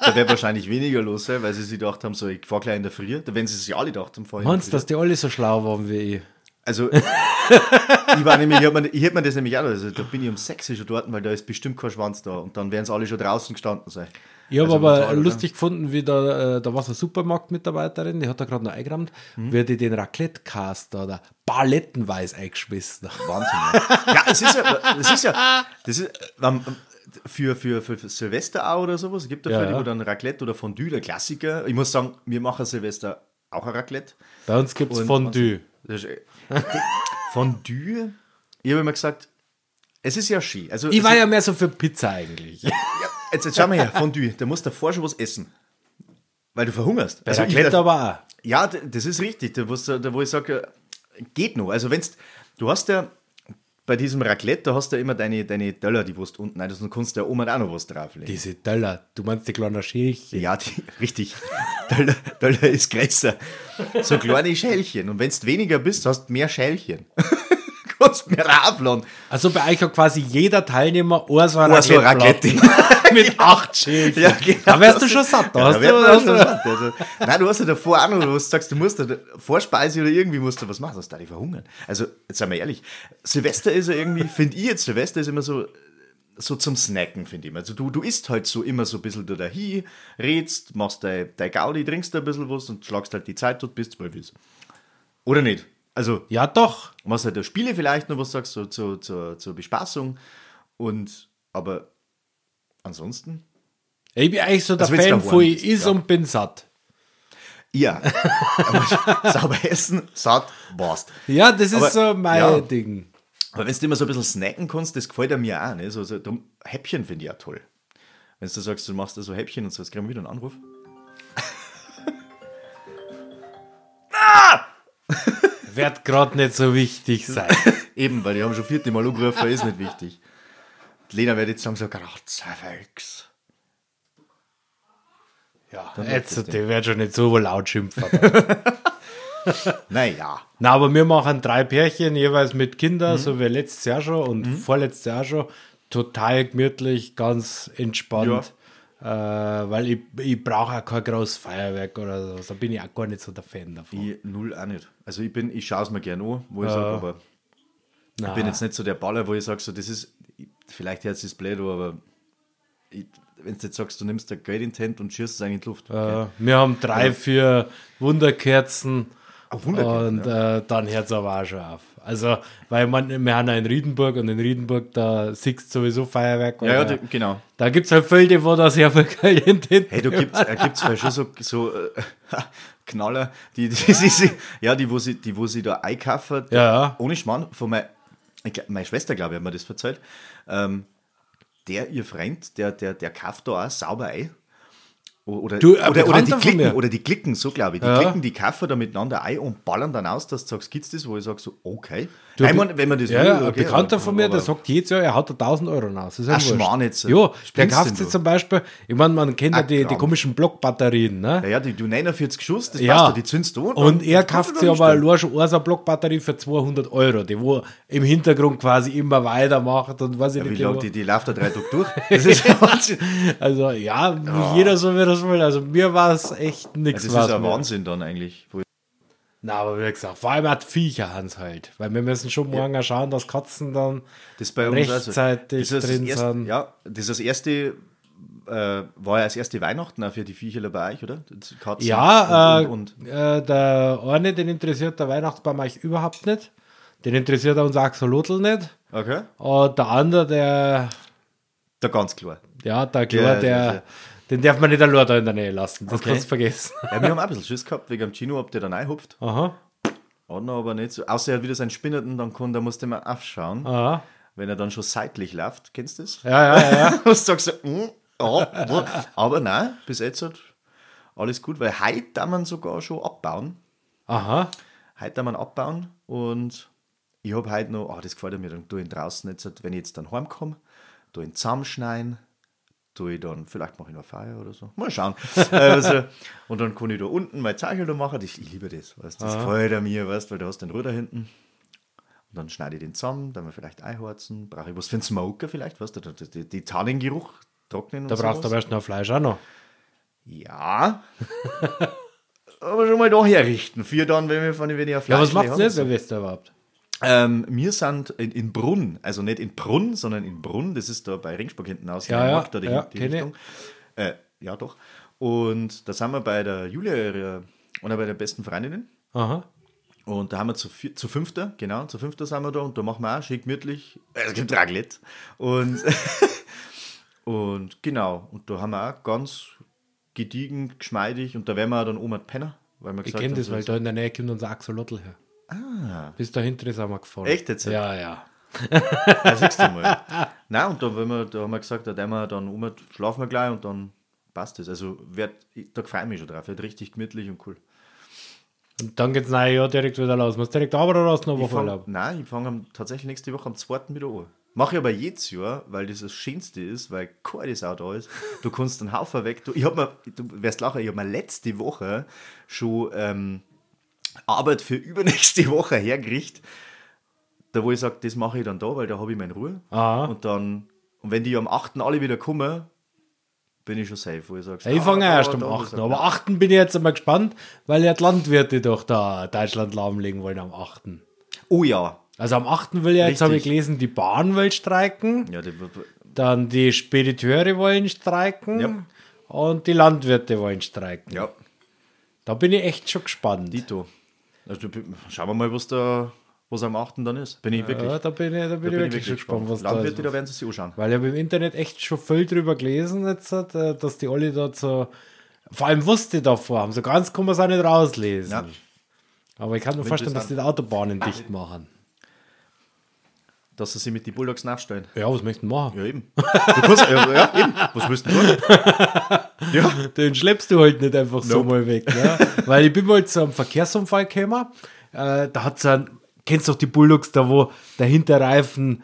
Da wäre wahrscheinlich weniger los sein, weil sie sich gedacht haben, so, ich fahr gleich in der Früh. Da Wenn sie sich alle gedacht haben, fahr ich in der Meinst du, Früh. dass die alle so schlau waren wie ich? [LAUGHS] Also, ich war nämlich, ich hab mir, ich hab mir das nämlich auch, also da bin ich um 6 Uhr schon dort, weil da ist bestimmt kein Schwanz da und dann werden sie alle schon draußen gestanden sein. Ich habe Also aber brutal, oder? lustig gefunden, wie da, äh, da war so eine Supermarktmitarbeiterin, die hat da gerade noch eingerammt, Hm? wie die den Raclette-Caster oder palettenweise eingeschmissen hat. Wahnsinn. Ja, ja es ist ja, das ist ja, das ist, ähm, für, für, für für Silvester auch oder sowas, es gibt da Ja, ja, ja. ja. dann Raclette oder Fondue, der Klassiker. Ich muss sagen, wir machen Silvester auch ein Raclette. Bei uns gibt es Und- Fondue. Das ist, äh, Fondue? Ich habe immer gesagt, es ist ja schön. Also, Ich es war ja mehr so für Pizza eigentlich. Ja, jetzt, jetzt schau mal her, Fondue, da musst du davor schon was essen. Weil du verhungerst. Also ich- Raclette aber auch. Ja, d- das ist richtig. Da, wo's- da wo ich sage, geht noch. Also wenn's, du hast ja bei diesem Raclette, da hast du ja immer deine, deine Döller, die Wurst unten. Nein, das kannst du ja oben auch noch was drauflegen. Diese Döller, du meinst die kleinen Schälchen. ja, die, richtig. [LAUGHS] Döller, Döller ist größer. So kleine Schälchen. Und wenn du weniger bist, hast du mehr Schälchen. [LAUGHS] kannst mehr raufladen. Also bei euch hat quasi jeder Teilnehmer ein so ein Ein so ein Raclette-Platten [LAUGHS] mit acht Schälchen. [LAUGHS] Ja, genau. Da wärst du schon satt. Da Ja, hast da wird du, man hast schon du, satt. Also, nein, du hast ja davor auch noch, wo du sagst, du musst da Vorspeise oder irgendwie musst du was machen, sonst darf ich verhungern. Also, jetzt sind wir ehrlich, Silvester ist ja irgendwie, finde ich jetzt, Silvester ist immer so, so zum Snacken, finde ich immer. Also, du, du isst halt so immer so ein bisschen da dahin, redst, machst dein, dein Gaudi, trinkst ein bisschen was und schlagst halt die Zeit dort bis 12 ist. Oder nicht? Also, ja doch. machst halt da Spiele vielleicht noch was sagst, so zur, zur, zur Bespaßung. Und, aber ansonsten, Ich bin eigentlich so der Also wenn's Fan daheim von ist, ich is ja. und bin satt. Ja. [LAUGHS] Aber sauber essen, satt, warst. Ja, das ist Aber- so mein ja. Ding. Aber wenn du immer so ein bisschen snacken kannst, das gefällt mir auch. Ne? So, so, drum, Häppchen finde ich ja toll. Wenn du sagst, du machst da so Häppchen und so, jetzt kriegen wir wieder einen Anruf. Wird gerade nicht so wichtig [LAUGHS] sein. Eben, weil die haben schon vierte Mal angerufen, ist nicht wichtig. Die Lena wird jetzt sagen, so, Gratzerwelks. Ja, jetzt, der wird schon nicht so laut schimpfen. Naja. Na, aber wir machen drei Pärchen jeweils mit Kindern, Mhm. so wie letztes Jahr schon und vorletztes Jahr schon. Total gemütlich, ganz entspannt. Äh, weil ich, ich brauche auch kein großes Feuerwerk oder so. Da bin ich auch gar nicht so der Fan davon. Ich null auch nicht. Also ich bin, ich schaue es mir gerne an, wo ich sage, aber Na, ich bin jetzt nicht so der Baller, wo ich sage, so, das ist, vielleicht jetzt ist blöd, aber ich, wenn du jetzt sagst, du nimmst Ah. da Geld in die Hand und schießt es eigentlich in die Luft. äh, wir haben drei, vier Wunderkerzen Und äh, dann hört es aber auch schon auf. Also, weil man, wir haben ja in Riedenburg und in Riedenburg, da siehst du sowieso Feuerwerk. Ja, ja, weil, die- genau. Da gibt es halt Felder, wo das ja [LAUGHS] wirklich hinten. Hey, da gibt's, da gibt's vielleicht schon so, so äh, [LAUGHS] Knaller, die, die, die, die, ja, die, wo sie, die, wo sie da einkaufen, Ja, ja. ohne Schmarrn, von mein, ich glaub, meine Schwester, glaube ich, hat mir das verzeiht, ähm, der, ihr Freund, der, der, der kauft da auch sauber ein. O- Oder, Du, ein oder, oder, die Bekannter von klicken, mir. oder die klicken, so glaube ich. Die Ja. klicken, die kaufen da miteinander ein und ballern dann aus, dass du sagst, gibt's das, wo ich sage, so, okay. Du, Nein, Be- man, wenn man das ja, will, ja, ein okay, Bekannter aber- von mir, der aber- sagt jedes Jahr, er haut da 1000 Euro raus. Das ist ja Ach, wurscht. Schmarrn jetzt. Ja, der Spinnst denn kauft du? sich zum Beispiel, ich meine, man kennt ja Ach, die, die Gramm. komischen Blockbatterien, ne? Ja, ja, die, du 49 Schuss, das Ja. passt ja, die zündst du an, Und dann- er das kannst kauft sich du dann aber umstellen. nur schon eine Blockbatterie für 200 Euro, die wo im Hintergrund quasi immer weitermacht und weiß ich Wie nicht. lang wo- die, die läuft da drei Tage [LAUGHS] durch. Das ist ja Wahnsinn. Also ja, jeder so wie das will. Also mir war es echt nichts. Das ist war's ja mir. Wahnsinn dann eigentlich. Wo- Na, aber wie gesagt, vor allem hat Viecher Hans halt. Weil wir müssen schon morgen auch schauen, dass Katzen dann. Das bei uns also- Rechtzeitig das ist drin das erste, sind. Ja, das ist das erste, äh, war ja das erste Weihnachten auch für die Viecher bei euch, oder? Das Katzen Ja, und, und, und. Äh, äh, der eine, den interessiert der Weihnachtsbaum eigentlich überhaupt nicht. Den interessiert uns Axolotl nicht. Okay, Und der andere, der, da ganz klar. ja, der Klar, Ja, der, ja, ja. den darf man nicht allein da in der Nähe lassen. Das Okay. kannst du vergessen. Ja, wir haben auch ein bisschen Schiss gehabt wegen dem Chino, ob der da reinhupft. Aha, Adner aber nicht so. Außer er hat wieder seinen Spinnerten, dann kann, da musste man aufschauen, aha. wenn er dann schon seitlich läuft. Kennst du das? Ah. Ja, ja, ja. Und [LAUGHS] sagst du, mm, ja, wo- aber nein, bis jetzt hat alles gut, weil heute darf man sogar schon abbauen. Aha. Heute darf man abbauen und ich habe heute noch, ah, das gefällt mir, dann tue ich ihn draußen jetzt, halt, wenn ich jetzt dann heimkomme, tue ich ihn zusammenschneiden, tue ich dann, vielleicht mache ich noch Feier oder so, [LAUGHS] mal schauen. also, und dann kann ich da unten mein Zeichel da machen, ich, ich liebe das, weißt, das Ah. gefällt er mir, weißt, weil du hast den Ruder hinten. Und dann schneide ich den zusammen, dann mal vielleicht einhorzen, brauche ich was für einen Smoker vielleicht, weißt du, die, die, die Tannengeruch trocknen und Da brauchst du sowas. aber erst noch Fleisch auch noch. [LAUGHS] Ja. Aber schon mal da herrichten. Für dann, wenn wir von den weniger Fleisch Ja, was macht haben. denn jetzt Silvester überhaupt? Ähm, wir sind in, in Brunn, also nicht in Brunn, sondern in Brunn. Das ist da bei Ringsburg hinten aus. Ja, ja, da die, ja, die kenn ich. Richtung. Äh, ja, doch. Und da sind wir bei der Julia ihrer- oder bei der besten Freundinnen. Aha. Und da haben wir zu, vier, zu fünfter, genau, zu fünfter sind wir da und da machen wir auch schön gemütlich. äh, Es gibt Raclette. Und, [LAUGHS] und genau, und da haben wir auch ganz gediegen, geschmeidig und da werden wir dann Oma Penner, weil wir Ich gesagt kenne haben, das, weil so- da in der Nähe kommt unser Axolotl her. Ah. Bis dahinter ist auch mal gefahren. Echt jetzt? Ja, ja. Ja, siehst du mal. Nein, und da, wenn wir, da haben wir gesagt, da werden wir dann Oma, schlafen wir gleich und dann passt es. Also wird, da freue ich mich schon drauf, wird richtig gemütlich und cool. Und dann geht's neue Jahr direkt wieder los. Muss direkt arbeiten oder hast du noch Ich Woche fang, Urlaub? nein, ich fange tatsächlich nächste Woche am 2. wieder an. Mache ich aber jedes Jahr, weil das das Schönste ist, weil keine Sau da ist. Du kannst den Haufen weg. Du, ich hab mir, du wirst lachen, ich habe mir letzte Woche schon ähm, Arbeit für [LAUGHS] übernächste Woche hergerichtet. Da wo ich sage, das mache ich dann da, weil da habe ich meine Ruhe. Aha. Und dann, und wenn die am 8. alle wieder kommen, bin ich schon safe, wo ich ah, sage, Ja, ich fange ja erst am 8. Aber 8. bin ich jetzt einmal gespannt, weil ja die Landwirte doch da Deutschland lahmlegen wollen am 8. Oh ja. Also am 8. will ja, jetzt Richtig. habe ich gelesen, die Bahn will streiken, Ja, die, wird- dann die Spediteure wollen streiken Ja. und die Landwirte wollen streiken. ja. Da bin ich echt schon gespannt. Dito. Also, b- schauen wir mal, was, da, was am 8. dann ist. Bin ich wirklich. ja, da bin ich, da bin ich, bin wirklich, schon gespannt, was da Landwirte, ist. da werden sie sich anschauen. Weil ich habe im Internet echt schon viel drüber gelesen, jetzt, hat, äh, dass die alle da so. Vor allem wusste ich davor, haben so ganz kann man es auch nicht rauslesen. Ja. Aber ich kann mir vorstellen, dass die interessant. die Autobahnen dicht machen. Dass sie sich mit den Bulldogs nachstellen. Ja, was möchten machen? Ja, eben. Du kannst, ja, ja, eben. Was willst du tun? Ja. Den schleppst du halt nicht einfach so Nope. mal weg. [LAUGHS] Ne? Weil ich bin mal zu einem Verkehrsunfall gekommen. Äh, da hat es einen, kennst du doch die Bulldogs, da wo der Hinterreifen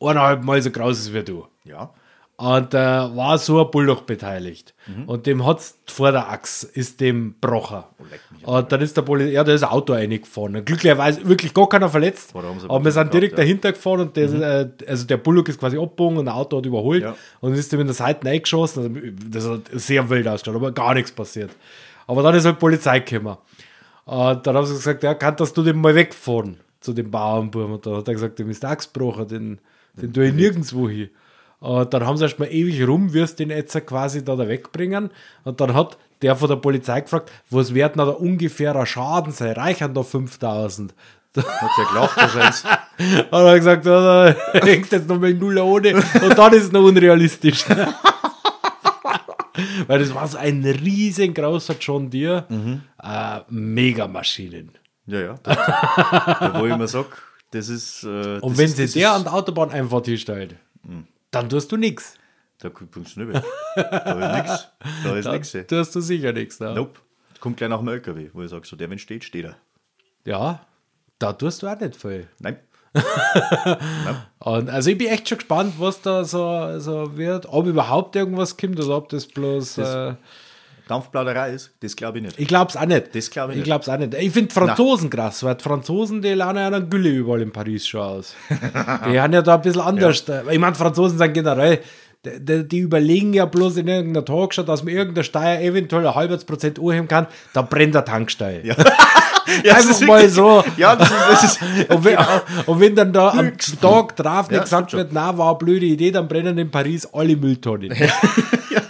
eineinhalb Mal so groß ist wie du. Ja. Und da war so ein Bulldog beteiligt. Mhm. Und dem hat's vor der Achse, ist dem Brocher. Oh, leck mich Und dann ist der Polizei, ja, da ist ein Auto reingefahren. Und glücklicherweise wirklich gar keiner verletzt. Boah, da haben sie aber wir sind gehabt, direkt ja. dahinter gefahren und das, äh, also der Bulldog ist quasi abgebogen und ein Auto hat überholt Ja. und ist ihm in der Seite eingeschossen. Also, das hat sehr wild ausgeschaut, aber gar nichts passiert. Aber dann ist halt die Polizei gekommen. Und dann haben sie gesagt, ja, kannst du den mal wegfahren zu dem Bauernbuben. Und dann hat er gesagt, dem ist der Achsbrocher, den, den tue ich nirgendwo hin. Äh, dann haben sie erstmal ewig rum, wirst den jetzt quasi da, da wegbringen. Und dann hat der von der Polizei gefragt, was wäre denn da der ungefährer Schaden sein? Reichen da 5000? Hat der glaubt, dass er jetzt. Und dann hat er gesagt, ah, [LAUGHS] da hängst jetzt noch mal null ohne und dann ist es noch unrealistisch. [LAUGHS] Weil das war so ein riesengroßer John Deere. Mhm. Äh, mega Maschinen. Ja, ja. Da, da wo ich mir sage, das ist. Äh, Und das wenn ist, sie das der ist- Mhm. an der Autobahn einfach hinstellt, dann tust du nichts. Da kommst du nicht mehr. Da ist nichts. Da ist nichts. ey. Tust du sicher nichts. Ne? Nope. Kommt gleich nach dem LKW, wo ich sage, so der, wenn steht, steht er. Ja, da tust du auch nicht viel. Nein. Und also ich bin echt schon gespannt, was da so, so wird, ob überhaupt irgendwas kommt oder ob das bloß. äh, Dampfplauderei ist, das glaube ich nicht. ich glaub's auch nicht. Das glaub ich Ich nicht. glaub's auch nicht. Ich finde Franzosen krass, weil die Franzosen, die lernen ja dann Gülle überall in Paris schon aus. die haben ja da ein [LAUGHS] bisschen anders. Ich meine, Franzosen sind generell. Die, die- die überlegen ja bloß in irgendeiner Talkshow, dass man irgendeiner Steuer eventuell ein halbes Prozent anheben kann, da brennt der [LAUGHS] Tanksteil. Ja, Einfach mal [LAUGHS] so. Ja, das ist. Das ist Und wenn, und wenn dann da am Tag drauf nicht Genau. Ja, gesagt stimmt wird, na, war eine blöde Idee, dann brennen in Paris alle Mülltonnen. ja,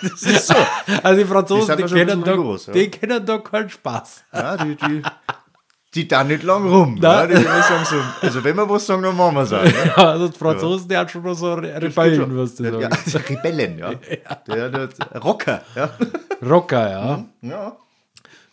das ist so. Also die Die Franzosen, sind die, da schon ein kennen, da, bisschen rigoros, ja. die kennen da keinen Spaß. Ja, die, die, die da nicht lang rum. Na. Ja, die, die sagen so, also, wenn wir was sagen, dann machen wir es auch. Ne? Also die Franzosen, die haben schon mal so Re- Rebellen, was du ja, sagst. die Rebellen, ja. Der, der, Rocker, ja. Rocker, ja. ja.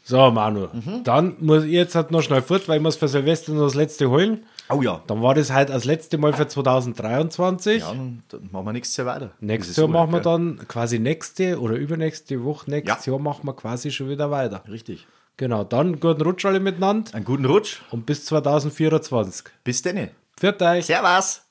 So, Manu, dann muss ich jetzt halt noch schnell fort, weil ich muss für Silvester noch das letzte holen. Oh ja. Dann war das halt das letzte Mal für 2023. Ja, dann, dann machen wir nächstes Jahr weiter. Nächstes Dieses Jahr machen wir gell? dann quasi nächste oder übernächste Woche, nächstes Ja. Jahr machen wir quasi schon wieder weiter. Richtig. Genau, dann guten Rutsch alle miteinander. Einen guten Rutsch. und bis 2024. Bis dann. Pfiat euch! Servus.